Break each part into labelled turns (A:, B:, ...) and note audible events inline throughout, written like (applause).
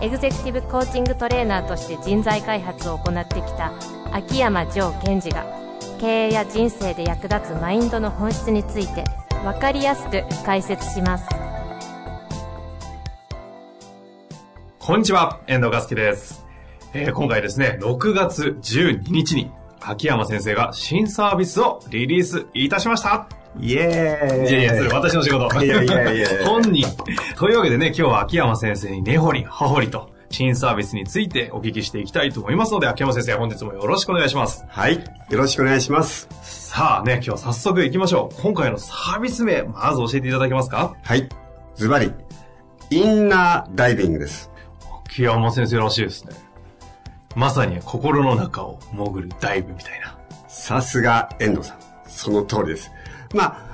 A: エグゼクティブコーチングトレーナーとして人材開発を行ってきた秋山城賢治が経営や人生で役立つマインドの本質について分かりやすく解説します
B: こんにちは、遠藤和樹です、えー今回ですね、6月12日に、秋山先生が新サービスをリリースいたしました。
C: イエーイ
B: いやいや、それ私の仕事。
C: いやいやいやいや
B: (laughs) 本人。というわけでね、今日は秋山先生に根掘り葉掘りと、新サービスについてお聞きしていきたいと思いますので、秋山先生、本日もよろしくお願いします。
C: はい。よろしくお願いします。
B: さあね、今日早速行きましょう。今回のサービス名、まず教えていただけますか
C: はい。ズバリ、インナーダイビングです。
B: 秋山先生らしいですね。まさに心の中を潜るダイブみたいな。
C: さすが遠藤さん。その通りです。まあ、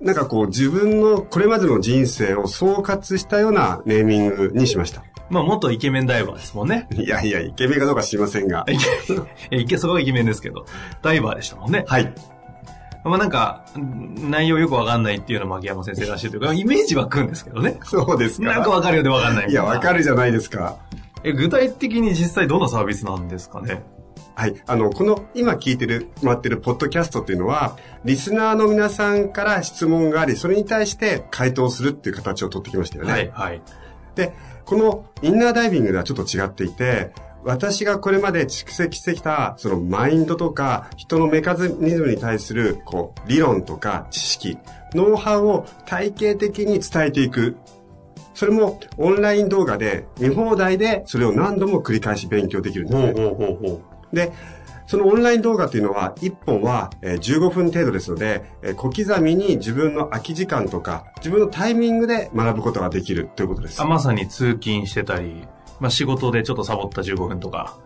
C: なんかこう自分のこれまでの人生を総括したようなネーミングにしました。
B: まあ、元イケメンダイバーですもんね。
C: いやいや、イケメンかどうか知りませんが。
B: イケメン、いけ、そこがイケメンですけど、ダイバーでしたもんね。
C: はい。
B: まあなんか、ん内容よくわかんないっていうのも秋山先生らしいというか、イメージはくんですけどね。
C: そうですか。
B: なんかわかるようでわかんない
C: いや、わか
B: る。
C: るじゃないですか。
B: え、具体的に実際どんなサービスなんですかね
C: はい。あの、この今聞いてる、もらってるポッドキャストっていうのは、リスナーの皆さんから質問があり、それに対して回答するっていう形を取ってきましたよね。
B: はい、はい。
C: で、このインナーダイビングではちょっと違っていて、私がこれまで蓄積してきた、そのマインドとか、人のメカニズムに対する、こう、理論とか知識、ノウハウを体系的に伝えていく。それもオンライン動画で見放題でそれを何度も繰り返し勉強できるんですね。
B: ほうほうほ
C: で、そのオンライン動画というのは、1本はえー15分程度ですので、えー小刻みに自分の空き時間とか、自分のタイミングで学ぶことができるということです
B: あ、。まさに通勤してたり、まあ仕事でちょっとサボった15分とか、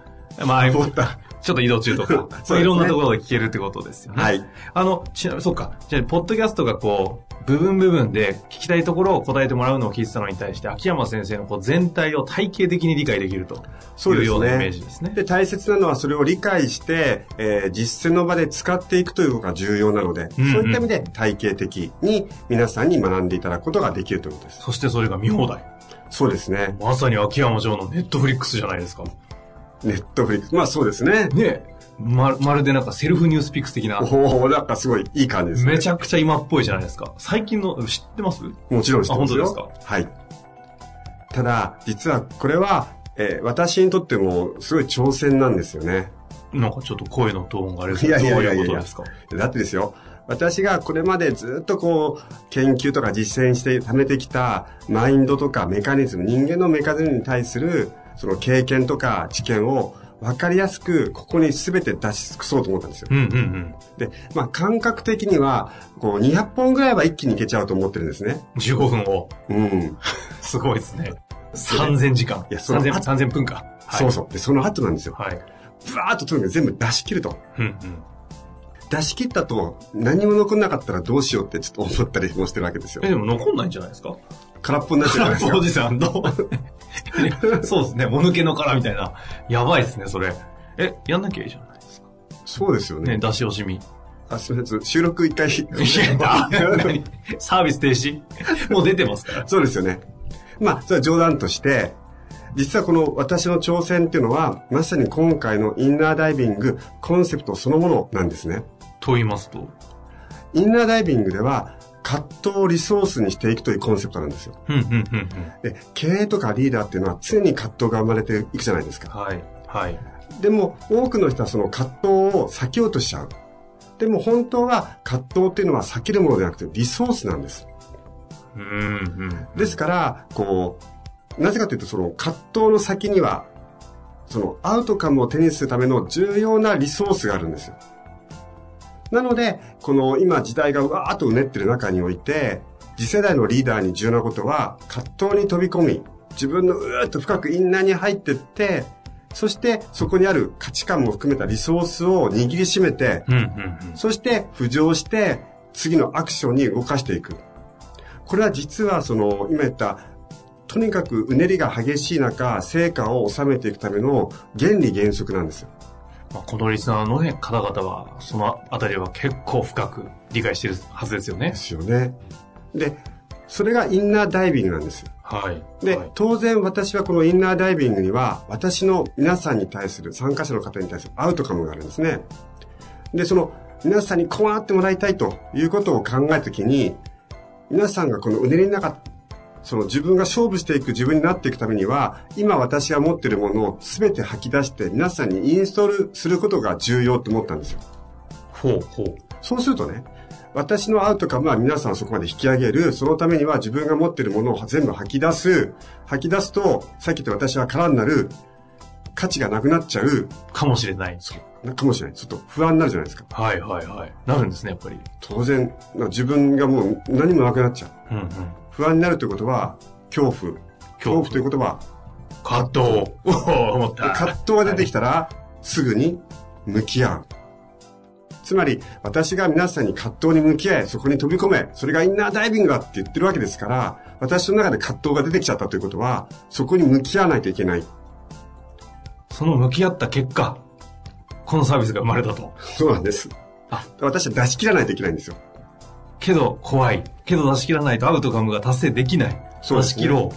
B: まあ、ち
C: 思
B: ょ (laughs)
C: った。
B: っと移動中とか、
C: (laughs) そうですね
B: いろんなところで聞けるってことですよね。
C: はい。
B: あの、ちなみに、そうか。じゃあ、ポッドキャストがこう、部分部分で聞きたいところを答えてもらうのを聞いてたのに対して、秋山先生のこう全体を体系的に理解できると
C: そう
B: い
C: で
B: うよ
C: すね
B: うなイメージですね。
C: で、大切なのはそれを理解して、えー実践の場で使っていくということが重要なので、
B: うんうん
C: そういった意味で体系的に皆さんに学んでいただくことができるということです。
B: そしてそれが見放題。
C: そうですね。
B: まさに秋山城のネットフリックスじゃないですか。
C: ネットフリックス。まあそうですね。
B: ねえま、まるでなんかセルフニュースピックス的な
C: お、おなんかすごいいい感じですね。
B: めちゃくちゃ今っぽいじゃないですか。最近の、知ってます
C: もちろん知ってますよ。
B: あ本当で
C: はい。ただ、実はこれは、えー私にとってもすごい挑戦なんですよね。
B: なんかちょっと声のトーンがあれですけ
C: い
B: ど、
C: や
B: ど
C: いうやいやい
B: い
C: や
B: うことですか
C: だってですよ、私がこれまでずっとこう、研究とか実践して貯めてきたマインドとかメカニズム、人間のメカニズムに対する、その経験とか知見を分かりやすく、ここに全て出し尽くそうと思ったんですよ
B: う。んうんうん。
C: で、まあ感覚的には、こう、200本ぐらいは一気にいけちゃうと思ってるんですね。
B: 15分を。
C: うん。
B: すごいですね。3000時間。
C: いやその
B: 3000 3000分か。はい
C: そうそう。で、その後なんですよ。
B: はい。
C: ブワーッととにかく全部出し切ると。
B: うんうん。
C: 出し切ったと何も残んなかったらどうしようってちょっと思ったりもしてるわけですよ
B: え、。でも残んないんじゃないですか
C: 空っぽになっちゃう
B: 空
C: じゃな
B: っ (laughs)
C: い
B: ぽお
C: ですか。
B: じさんの。 (laughs) そうですね、もぬけの殻みたいな。やばいですね、それ。え、やんなきゃいいじゃないですか。
C: (laughs) そうですよね
B: ね、。出し惜しみ。い
C: あ、すみません。収録一回。
B: や、だ、何 (laughs) サービス停止もう出てますから。
C: (laughs) そうですよね。まあ、それは冗談として、実はこの私の挑戦っていうのは、まさに今回のインナーダイビングコンセプトそのものなんですね。
B: と言いますと。
C: インナーダイビングでは、葛藤をリソースにしていくというコンセプトなんですよ。
B: うんうんうんうん。
C: で、経営とかリーダーっていうのは常に葛藤が生まれていくじゃないですか。
B: はい。はい。
C: でも多くの人はその葛藤を避けようとしちゃう。でも本当は葛藤っていうのは避けるものではなくてリソースなんです。
B: うんうん。
C: ですから、こう、なぜかというとその葛藤の先には、そのアウトカムを手にするための重要なリソースがあるんですよ。なので、この今時代がわーっとうねってる中において、次世代のリーダーに重要なことは、葛藤に飛び込み、自分のうーっと深くインナーに入ってって、そしてそこにある価値観も含めたリソースを握りしめて、
B: うん、うん、
C: そして浮上して次のアクションに動かしていく。これは実はその今言ったとにかくうねりが激しい中成果を収めていくための原理原則なんですよ。
B: まあ。このリスナーのね、方々は、そのあたりは結構深く理解してるはずですよね
C: で。すよね。で、それがインナーダイビングなんです。
B: はい。
C: で、
B: はい
C: 当然私はこのインナーダイビングには、私の皆さんに対する、参加者の方に対するアウトカムがあるんですね。で、その、皆さんにこうなってもらいたいということを考えたときに、皆さんがこのうねりの中、その自分が勝負していく自分になっていくためには、今私が持っているものを全て吐き出して皆さんにインストールすることが重要と思ったんですよ。
B: ほうほう。
C: そうするとね、私のアウトカムは皆さんをそこまで引き上げる。そのためには自分が持っているものを全部吐き出す。吐き出すと、さっき言った私は空になる。価値がなくなっちゃう。
B: かもしれない。
C: なかもしれない。ちょっと不安になるじゃないですか。
B: はいはいはい。なるんですね、やっぱり。
C: 当然、自分がもう何もなくなっちゃう。
B: うんうん。
C: 不安になるということは、恐怖。恐怖という言葉、
B: 葛藤。おお、思った。
C: 葛藤が出てきたら、すぐに向き合う。つまり、私が皆さんに葛藤に向き合え、そこに飛び込め、それがインナーダイビングだって言ってるわけですから、私の中で葛藤が出てきちゃったということは、そこに向き合わないといけない。
B: その向き合った結果、このサービスが生まれたと。
C: そうなんです。
B: あ
C: 私は出し切らないといけないんですよ。
B: けど怖い。けど出し切らないとアウトカムが達成できない。
C: そうで
B: 出
C: す
B: し
C: ね
B: 切ろ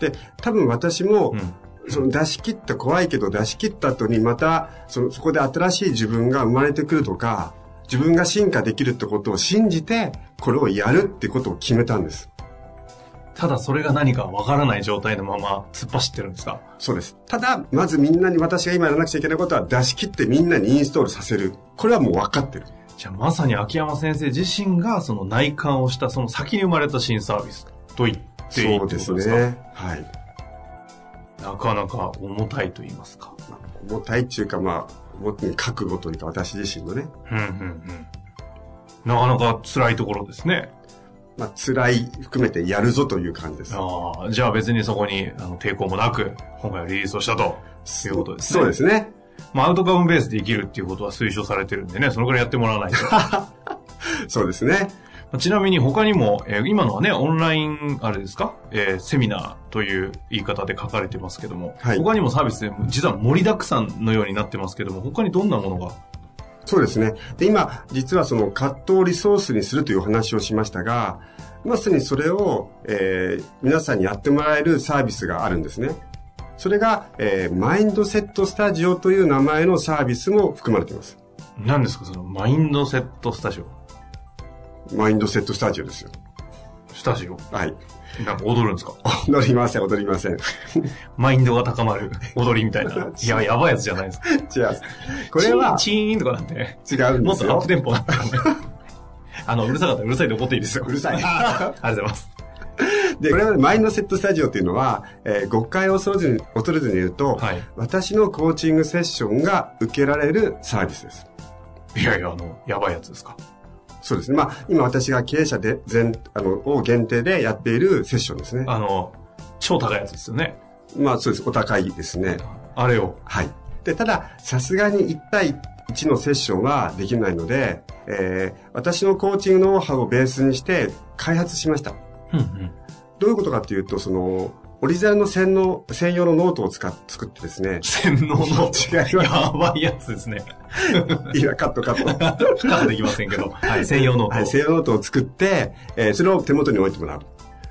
C: で、多分私も
B: う。、ん。
C: その出し切った怖いけど出し切った後にまたそのそこで新しい自分が生まれてくるとか自分が進化できるってことを信じてこれをやるってことを決めたんです
B: ただそれが何かわからない状態のまま突っ走ってるんですか
C: そうですただまずみんなに私が今やらなくちゃいけないことは出し切ってみんなにインストールさせるこれはもう分かってる
B: じゃあまさに秋山先生自身がその内観をしたその先に生まれた新サービスと言っていいって
C: そ
B: こ
C: う
B: と
C: で
B: です
C: す
B: か
C: ねはい
B: なかなか重たいと言いますか。
C: まあ重たいっていうかまあ重い覚悟というか私自身のね
B: うんうんうん。なかなか辛いところですね。
C: まあ辛い含めてやるぞという感じです
B: ああ、じゃあ別にそこにあの抵抗もなく、今回はリリースをしたということですね。
C: そうですね
B: まあ、アウトカムベースで生きるっていうことは推奨されてるんでね、そのくらいやってもらわない
C: (laughs)
B: と。ま
C: そうですね
B: あちなみに他にも、えー今のはね、オンライン、あれですか、えーセミナーという言い方で書かれてますけども、
C: はい
B: 他にもサービスでも実は盛りだくさんのようになってますけども、他にどんなものが
C: そうですね。で、今、実はその葛藤をリソースにするというお話をしましたが、まさにそれを、えー皆さんにやってもらえるサービスがあるんですね。それが、えーマインドセットスタジオという名前のサービスも含まれています。
B: 何ですかそのマインドセットスタジオ。
C: マインドセットスタジオですよ。
B: スタジオ。
C: はい。
B: なんか踊るんですか
C: 踊りません、踊りません。 (laughs)
B: マインドが高ま (laughs) る踊りみたいな。いや、やばいやつじゃないですか。
C: 違う。これは
B: チーンチーンとかなんて、
C: 違うん
B: もっ
C: です
B: とアッ
C: よ
B: プ。テンポなんだからね。 (laughs) あの、うるさかったらうるさいで怒っていいですよ。
C: うるさい。
B: ありがとうございます。
C: (laughs) で、これはマインドセットスタジオというのは、えー誤解を恐れずに、恐れずに言うと、
B: はい
C: 私のコーチングセッションが受けられるサービスです。
B: いやいや、あの、やばいやつですか。
C: そうですね。まあ、今私が経営者で全、あの、を限定でやっているセッションですね。
B: あの、超高いやつですよね。
C: まあ、そうです。お高いですね。
B: あれを。
C: はい。で、ただ、さすがに1対1のセッションはできないので、えー私のコーチングノウハウをベースにして開発しました。
B: うんうん。、
C: どういうことかっていうと、その、オリジナルの専用専用のノートを使っ作ってですね
B: 洗脳の
C: 違い
B: やばいやつですね。
C: いや、カットカット。
B: カットできませんけど。はい、専用の。
C: はい、専用ノートを作って、えーそれを手元に置いてもらう。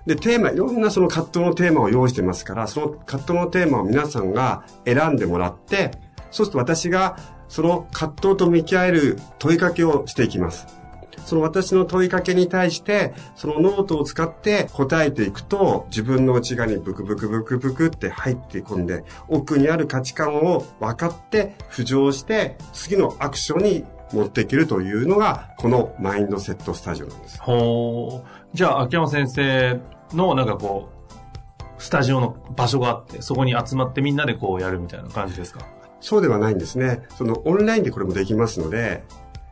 C: で、テーマ、いろんなその葛藤のテーマを用意してますから、その葛藤のテーマを皆さんが選んでもらって、そうすると私がその葛藤と向き合える問いかけをしていきます。その私の問いかけに対して、そのノートを使って答えていくと、自分の内側にブクブクブクブクって入って込んで、奥にある価値観を分かって、浮上して、次のアクションに持っていけるというのが、このマインドセットスタジオなんです。
B: ほう。じゃあ、秋山先生の、なんかこう、スタジオの場所があって、そこに集まってみんなでこうやるみたいな感じですか。
C: そうではないんですね。そのオンラインでこれもできますので、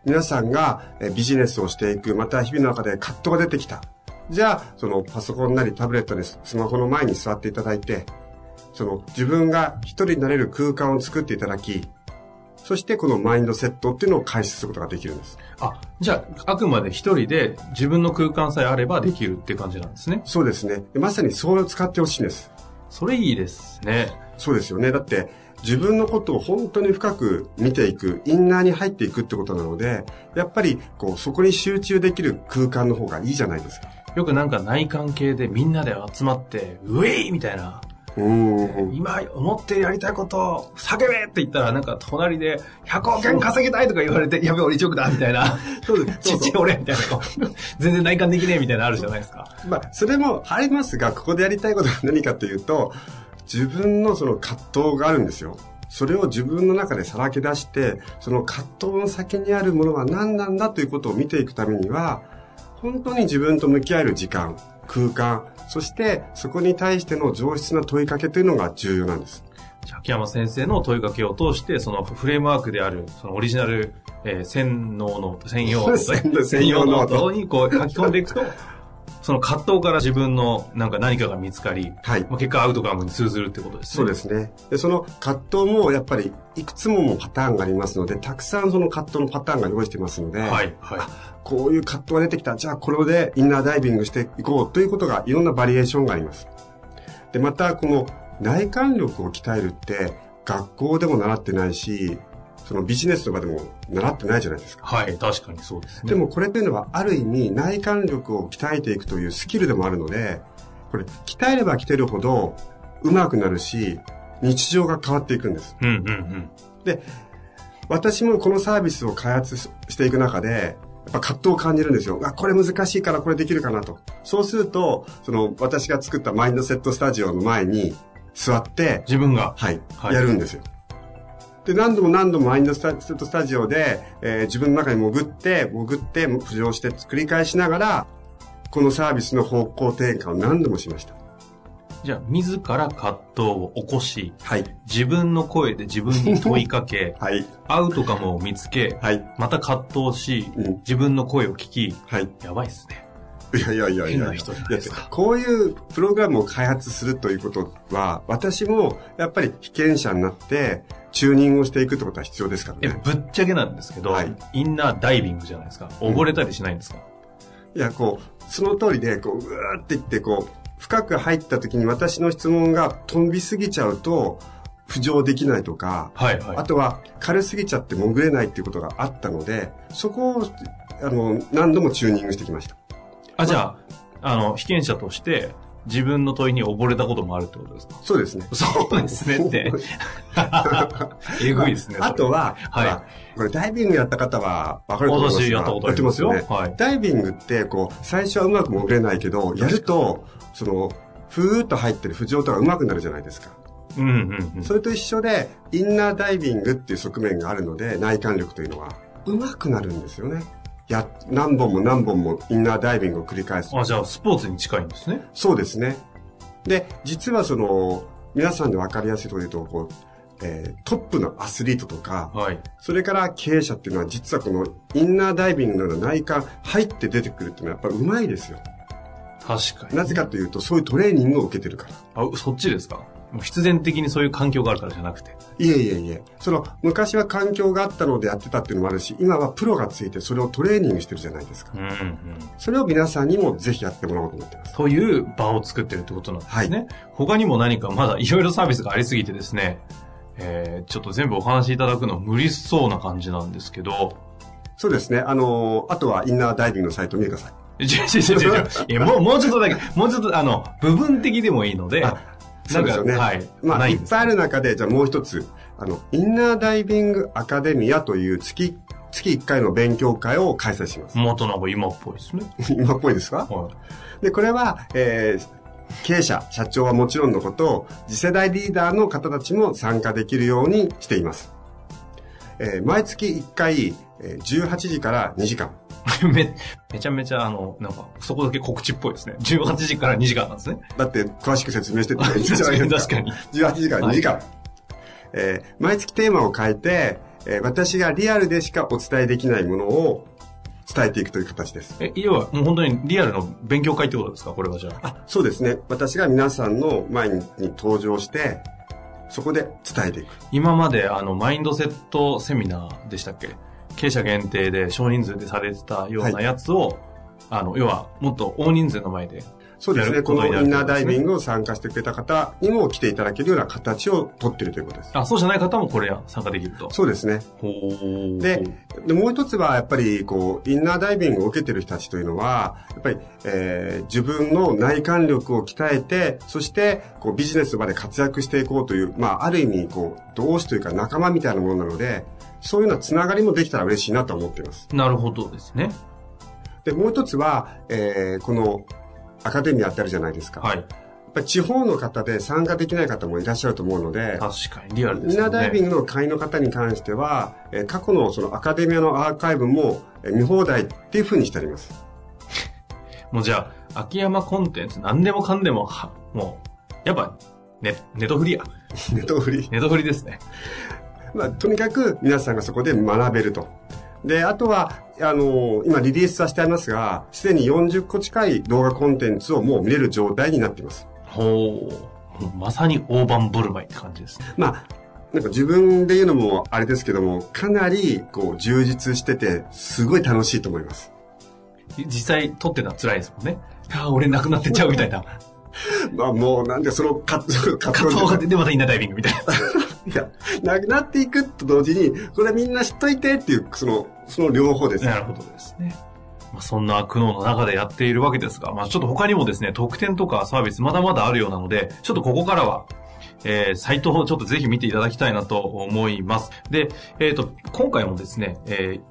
C: 皆さんがえビジネスをしていく、また日々の中で葛藤が出てきた。じゃあ、そのパソコンなりタブレットにスマホの前に座っていただいて、その自分が一人になれる空間を作っていただき、そしてこのマインドセットっていうのを解説することができるんです。
B: あ、じゃあ、あくまで一人で自分の空間さえあればできるって感じなんですね。
C: そうですね。でまさにそれを使ってほしいんです。
B: それいいですね。
C: そうですよね。だって、自分のことを本当に深く見ていく、インナーに入っていくってことなので、やっぱり、こう、そこに集中できる空間の方がいいじゃないですか。
B: よくなんか内観系でみんなで集まって、ウェイみたいな、
C: うん。
B: 今思ってやりたいことを叫べって言ったら、なんか隣で100億円稼ぎたいとか言われて、やべえ俺1億だみたいな、
C: そうで
B: (laughs) ちっちゃい俺みたいな、全然内観できねえみたいなのあるじゃないですか。
C: まあ、それもありますが、ここでやりたいことは何かというと、自分のその葛藤があるんですよ。それを自分の中でさらけ出して、その葛藤の先にあるものは何なんだということを見ていくためには、本当に自分と向き合える時間、空間、そしてそこに対しての上質な問いかけというのが重要なんです。
B: じゃあ秋山先生の問いかけを通して、そのフレームワークである、そのオリジナル、えー洗脳の、専用
C: (laughs) 洗脳
B: 専用ノー
C: 専用ノ
B: トにこう書き込んでいくと、その葛藤から自分のなんか何かが見つかり、
C: はい。
B: まあ、結果アウトカムに通ずるってことですね。
C: そうですね。で、その葛藤もやっぱりいくつももパターンがありますので、たくさんその葛藤のパターンが用意してますので、
B: はい、はい。
C: こういう葛藤が出てきた。じゃあこれでインナーダイビングしていこうということがいろんなバリエーションがあります。で、またこの内観力を鍛えるって学校でも習ってないし、そのビジネスとかでも習ってないじゃないですか。
B: はい、確かにそうですね。
C: でもこれというのはある意味内観力を鍛えていくというスキルでもあるので、これ鍛えれば鍛えるほど上手くなるし、日常が変わっていくんです。
B: うんうんうん。
C: 私もこのサービスを開発ししていく中で、やっぱ葛藤を感じるんですよ。あ、これ難しいからこれできるかなと。そうすると、その私が作ったマインドセットスタジオの前に座って、
B: 自分が、
C: はい、
B: はい
C: やるんですよ。で、何度も何度もマインドセットスタジオで、えー自分の中に潜って、潜って、浮上して、繰り返しながら、このサービスの方向転換を何度もしました。
B: じゃあ、自ら葛藤を起こし、
C: はい。、
B: 自分の声で自分に問いかけ
C: (laughs) はい。
B: アウトカムを見つけ、
C: はい。
B: また葛藤し、
C: うん
B: 自分の声を聞き、
C: はい。
B: やばいっすね。
C: いやいやいやいやいや。
B: 変な人じゃないですか
C: だってこういうプログラムを開発するということは、私もやっぱり被験者になって、チューニングをしていくってことは必要ですか
B: え、
C: らね。
B: ぶっちゃけなんですけど、
C: はい
B: インナーダイビングじゃないですか。溺れたりしないんですか、
C: いや、こう、その通りで、こう、うーっていって、こう、深く入った時に私の質問が飛びすぎちゃうと、浮上できないとか、
B: はいはい。
C: あとは軽すぎちゃって潜れないっていうことがあったので、そこを、あの、何度もチューニングしてきました。
B: あ、じゃあ、あの、被験者として、自分の問いに溺れたこともあるってことですか
C: (laughs) そうですね。
B: そうですねって。えぐいですね。
C: あとは、
B: はい
C: まあこれダイビングやった方は分かると思いますが
B: 私やったことありますよ
C: やってますよね
B: はい
C: ダイビングって、こう、最初はうまく潜れないけど、やると、その、ふーっと入ってる浮上とかうまくなるじゃないですか。
B: うんうんうん。
C: それと一緒で、インナーダイビングっていう側面があるので、内観力というのは、うまくなるんですよね。や、何本も何本もインナーダイビングを繰り返すと
B: あ、じゃあ、スポーツに近いんですね。
C: そうですね。で、実はその、皆さんで分かりやすいところで言うと、こう、えートップのアスリートとか、
B: はい。
C: それから経営者っていうのは実はこのインナーダイビングのような内観入って出てくるっていうのはやっぱりうまいですよ。
B: 確かに。
C: なぜかというとそういうトレーニングを受けてるから。
B: あ、そっちですかもう必然的にそういう環境があるからじゃなくて。
C: いえいえいえ。その昔は環境があったのでやってたっていうのもあるし、今はプロがついてそれをトレーニングしてるじゃないですか。
B: うんうん。
C: それを皆さんにもぜひやってもらおうと思ってます。
B: という場を作ってるってことなんですね。他にも何かまだいろいろサービスがありすぎてですね、えー、ちょっと全部お話しいただくの無理そうな感じなんですけど、 (laughs)
C: そうですね。あのーあとはインナーダイビングのサイト見てください。
B: 違う違う違う違ういやもう、もうちょっとだけ、もうちょっと、あの、部分的でもいいので、
C: あそうですよね。
B: はい。
C: まあ、
B: ないい
C: っ
B: んです
C: ぱいある中で、じゃあもう一つ、あの、インナーダイビングアカデミアという月、月1回の勉強会を開催します。 (laughs)
B: 元の今っぽいですね。
C: 今っぽいですか
B: は
C: で、これは、えー経営者、社長はもちろんのこと、次世代リーダーの方たちも参加できるようにしています。えー毎月1回、えー18時から2時間。
B: い、め、めちゃめちゃ、あの、なんか、そこだけ告知っぽいですね。18時から2時間なんですね。
C: だって、詳しく説明しててもいいじゃ
B: (laughs) 確
C: な
B: か
C: い
B: に、
C: です
B: 確
C: か。
B: かに。
C: 18時から2時間。えー毎月テーマを変えて、えー私がリアルでしかお伝えできないものを伝えていくという形です。
B: え、要はもう本当にリアルの勉強会ってことですかこれはじゃあ。
C: そうですね。私が皆さんの前に登場して、そこで伝えていく。
B: 今まであの、マインドセットセミナーでしたっけ経営者限定で少人数でされてたような
C: は
B: やつを、あの、要はもっと大人数の前で。
C: そうです
B: や
C: ね。
B: る
C: こ
B: こと
C: の
B: になる
C: イン
B: ってこ
C: ナ
B: とです
C: ーダ
B: ね
C: イビングを参加してくれた方にも来ていただけるような形をとっているということです。
B: あ、そうじゃない方もこれ参加できると。
C: そうですね。
B: ほー
C: で、でもう一つはやっぱりこうインナーダイビングを受けてる人たちというのはやっぱり、えー自分の内観力を鍛えてそしてこうビジネスまで活躍していこうという、まあ、ある意味こう同志というか仲間みたいなものなのでそういうようなつながりもできたら嬉しいなと思っています。
B: なるほどですね。
C: でもう一つは、えーこのアカデミアってあるじゃないですか。
B: は
C: や
B: い。
C: っぱり地方の方で参加できない方もいらっしゃると思うので、
B: 確かにリアルで
C: イン
B: す
C: ナー
B: よ
C: ダイビ
B: ね。
C: ングの会員の方に関しては、えー過去のそのアカデミアのアーカイブもえー見放題っていうふうにしてあります。
B: (laughs) もうじゃあ、秋山コンテンツ何でもかんでも、はもう、やっぱ、ね、ネトフリや。
C: ネットフリー。
B: ネトフリですね。
C: まあ、とにかく皆さんがそこで学べると。で、あとは、あのー今リリースはしてありますが、すでに40個近い動画コンテンツをもう見れる状態になっています。
B: ほう。もうまさに大盤振る舞いって感じですね。
C: まあ、なんか自分で言うのもあれですけども、かなりこう充実してて、すごい楽しいと思います。
B: 実際撮ってたら辛いですもんね。ああ、俺なくなってっちゃうみたいな。
C: まあもうなんでそのか葛
B: 葛
C: 藤
B: 藤が出て、またインナーダイビングみたいな。
C: いや、なくなっていくと同時に、これみんな知っといてっていう、その、その両方です。
B: なるほどですね。まあ、そんな苦悩の中でやっているわけですが、まあ、ちょっと他にもですね、特典とかサービスまだまだあるようなので、ちょっとここからは、えー、サイトをちょっとぜひ見ていただきたいなと思います。で、えっ、と、今回もですね、えー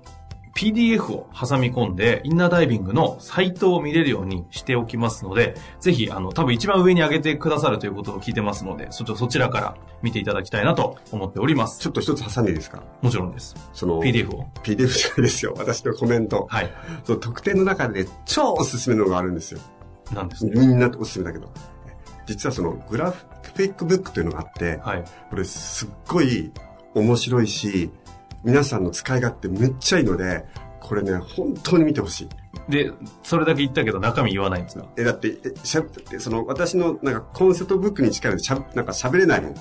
B: PDF を挟み込んで、インナーダイビングのサイトを見れるようにしておきますので、ぜひ、あの、多分一番上に上げてくださるということを聞いてますので、そちょっとそちらから見ていただきたいなと思っております。
C: ちょっと一つ挟んでいいですか
B: もちろんです。
C: その、
B: PDF を。
C: PDF じゃないですよ。私のコメント。
B: はい。
C: その特典の中で超おすすめのがあるんですよ。
B: なんですね。
C: みんなおすすめだけど。実はそのグラフィックブックというのがあって、
B: はい。
C: これすっごい面白いし、皆さんの使い勝手めっちゃいいので、これね、本当に見てほしい。
B: で、それだけ言ったけど中身言わないんですか
C: え、だって、えしゃだってその、私の、なんか、コンセプトブックに近いので、しゃ、なんか喋れないもん。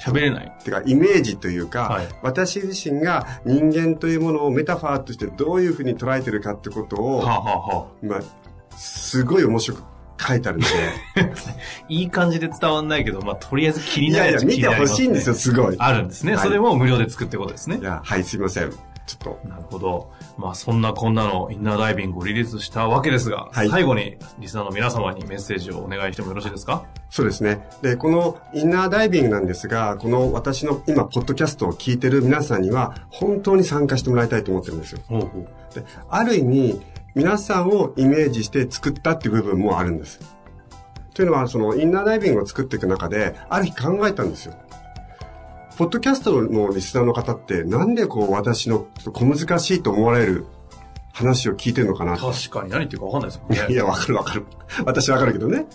B: 喋れない。
C: てか、イメージというか、
B: はい
C: 私自身が人間というものをメタファーとしてどういうふうに捉えてるかってことを、
B: はあ、はあ (laughs) は
C: まあ、すごい面白く書いてあるので、
B: あ、いい感じで伝わんないけど、まあ、とりあえず気に
C: い
B: な
C: やい
B: る
C: や、見てほしいんですよ、
B: よ。
C: すごい。
B: あるんですね。
C: はい
B: それも無料で作ってことですね
C: (laughs) い。や、はい、すいません。ちょっと、
B: なるほど。まあ、そんなこんなのインナーダイビングをリリースしたわけですが、
C: はい
B: 最後にリスナーの皆様にメッセージをお願いしてもよろしいですか
C: そうですね。で、このインナーダイビングなんですが、この私の今、ポッドキャストを聞いてる皆さんには、本当に参加してもらいたいと思ってるんですよ。
B: ほうほう。
C: である意味皆さんをイメージして作ったっていう部分もあるんです。というのはそのインナーダイビングを作っていく中である日考えたんですよ。ポッドキャストのリスナーの方ってなんでこう私のちょっと小難しいと思われる話を聞いてるのかなって
B: 確かに何言ってるかわかんないですもん
C: い
B: ね。
C: や、わかるわかる。私わかるけどね。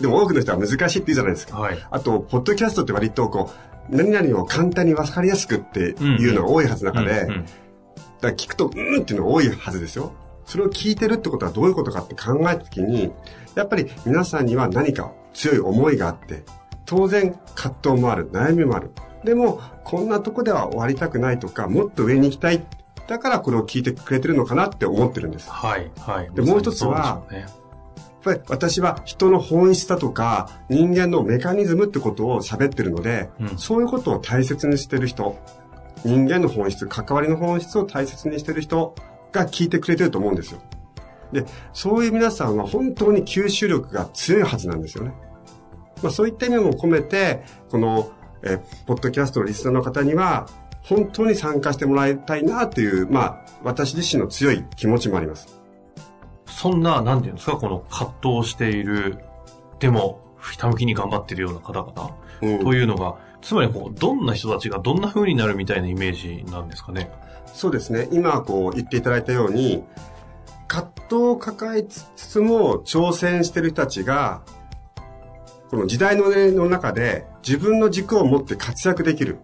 C: でも多くの人は難しいって言うじゃないですか。
B: はい。
C: あと、ポッドキャストって割とこう、何々を簡単にわかりやすくっていうのが多いはずな中で、
B: うんうん
C: だから聞くと、うんっていうのが多いはずですよ。それを聞いてるってことはどういうことかって考えたときに、やっぱり皆さんには何か強い思いがあって、当然葛藤もある、悩みもある。でも、こんなとこでは終わりたくないとか、もっと上に行きたい。だからこれを聞いてくれてるのかなって思ってるんです。や
B: はい、はい。
C: でもう一つは
B: そうでしょうね
C: っぱり私は人の本質だとか、人間のメカニズムってことを喋ってるので、
B: うん
C: そういうことを大切にしてる人、人間の本質、関わりの本質を大切にしてる人が聞いてくれてると思うんですよ。で、そういう皆さんは本当に吸収力が強いはずなんですよね。まあそういった意味も込めて、この、えーポッドキャストのリスナーの方には、本当に参加してもらいたいなという、まあ、私自身の強い気持ちもあります。
B: そんな、なんていうんですか、この葛藤している、でも、ひたむきに頑張っているような方々。
C: うん
B: というのが、つまりこう、どんな人たちがどんな風になるみたいなイメージなんですかね。
C: そうですね。今、こう、言っていただいたように、葛藤を抱えつつも挑戦してる人たちが、この時代の,、の中で自分の軸を持って活躍できる。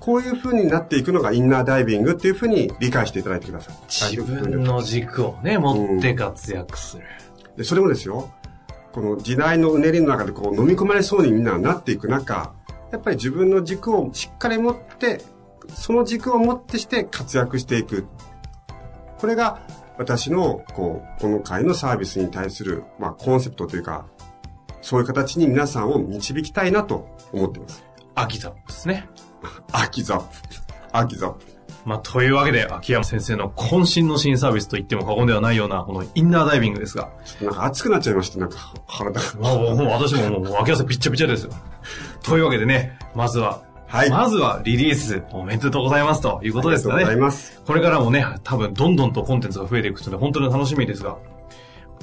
C: こういう風になっていくのがインナーダイビングっていう風に理解していただいてください。
B: 自分の軸をね、持って活躍する。
C: でそれもですよ、この時代のうねりの中でこう飲み込まれそうにみんななっていく中、やっぱり自分の軸をしっかり持って、その軸を持ってして活躍していく。これが私のこうこの会のサービスに対する、まあ、コンセプトというか、そういう形に皆さんを導きたいなと思っています。
B: 秋ザップですね。
C: 秋ザップ。秋ザップ。
B: まあ、というわけで、秋山先生の渾身の新サービスと言っても過言ではないような、このインナーダイビングですが、
C: ちょっとなんか熱くなっちゃいました。なんか体が。
B: まあ、もうもう私ももう、もう秋山さんびっちゃびちゃですよ。というわけでね、まずは、
C: はい
B: まずはリリースおめでとうございますということですか
C: ありがとうござい
B: ね。
C: ます。
B: これからもね、多分どんどんとコンテンツが増えていくので、本当に楽しみですが、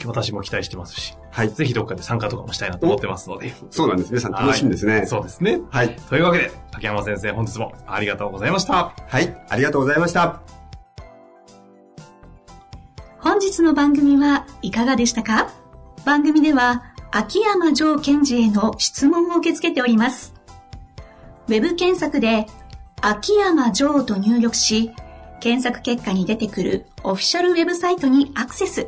B: 私も期待してますし、
C: はい。
B: ぜひどっかで参加とかもしたいなと思ってますので。
C: そうなんです。皆さん楽しみですね。
B: そうですね。
C: はい。
B: というわけで、秋山先生本日もありがとうございました。
C: はい。ありがとうございました。
D: 本日の番組はいかがでしたか番組では秋山城賢治への質問を受け付けております。ウェブ検索で秋山城と入力し、検索結果に出てくるオフィシャルウェブサイトにアクセス。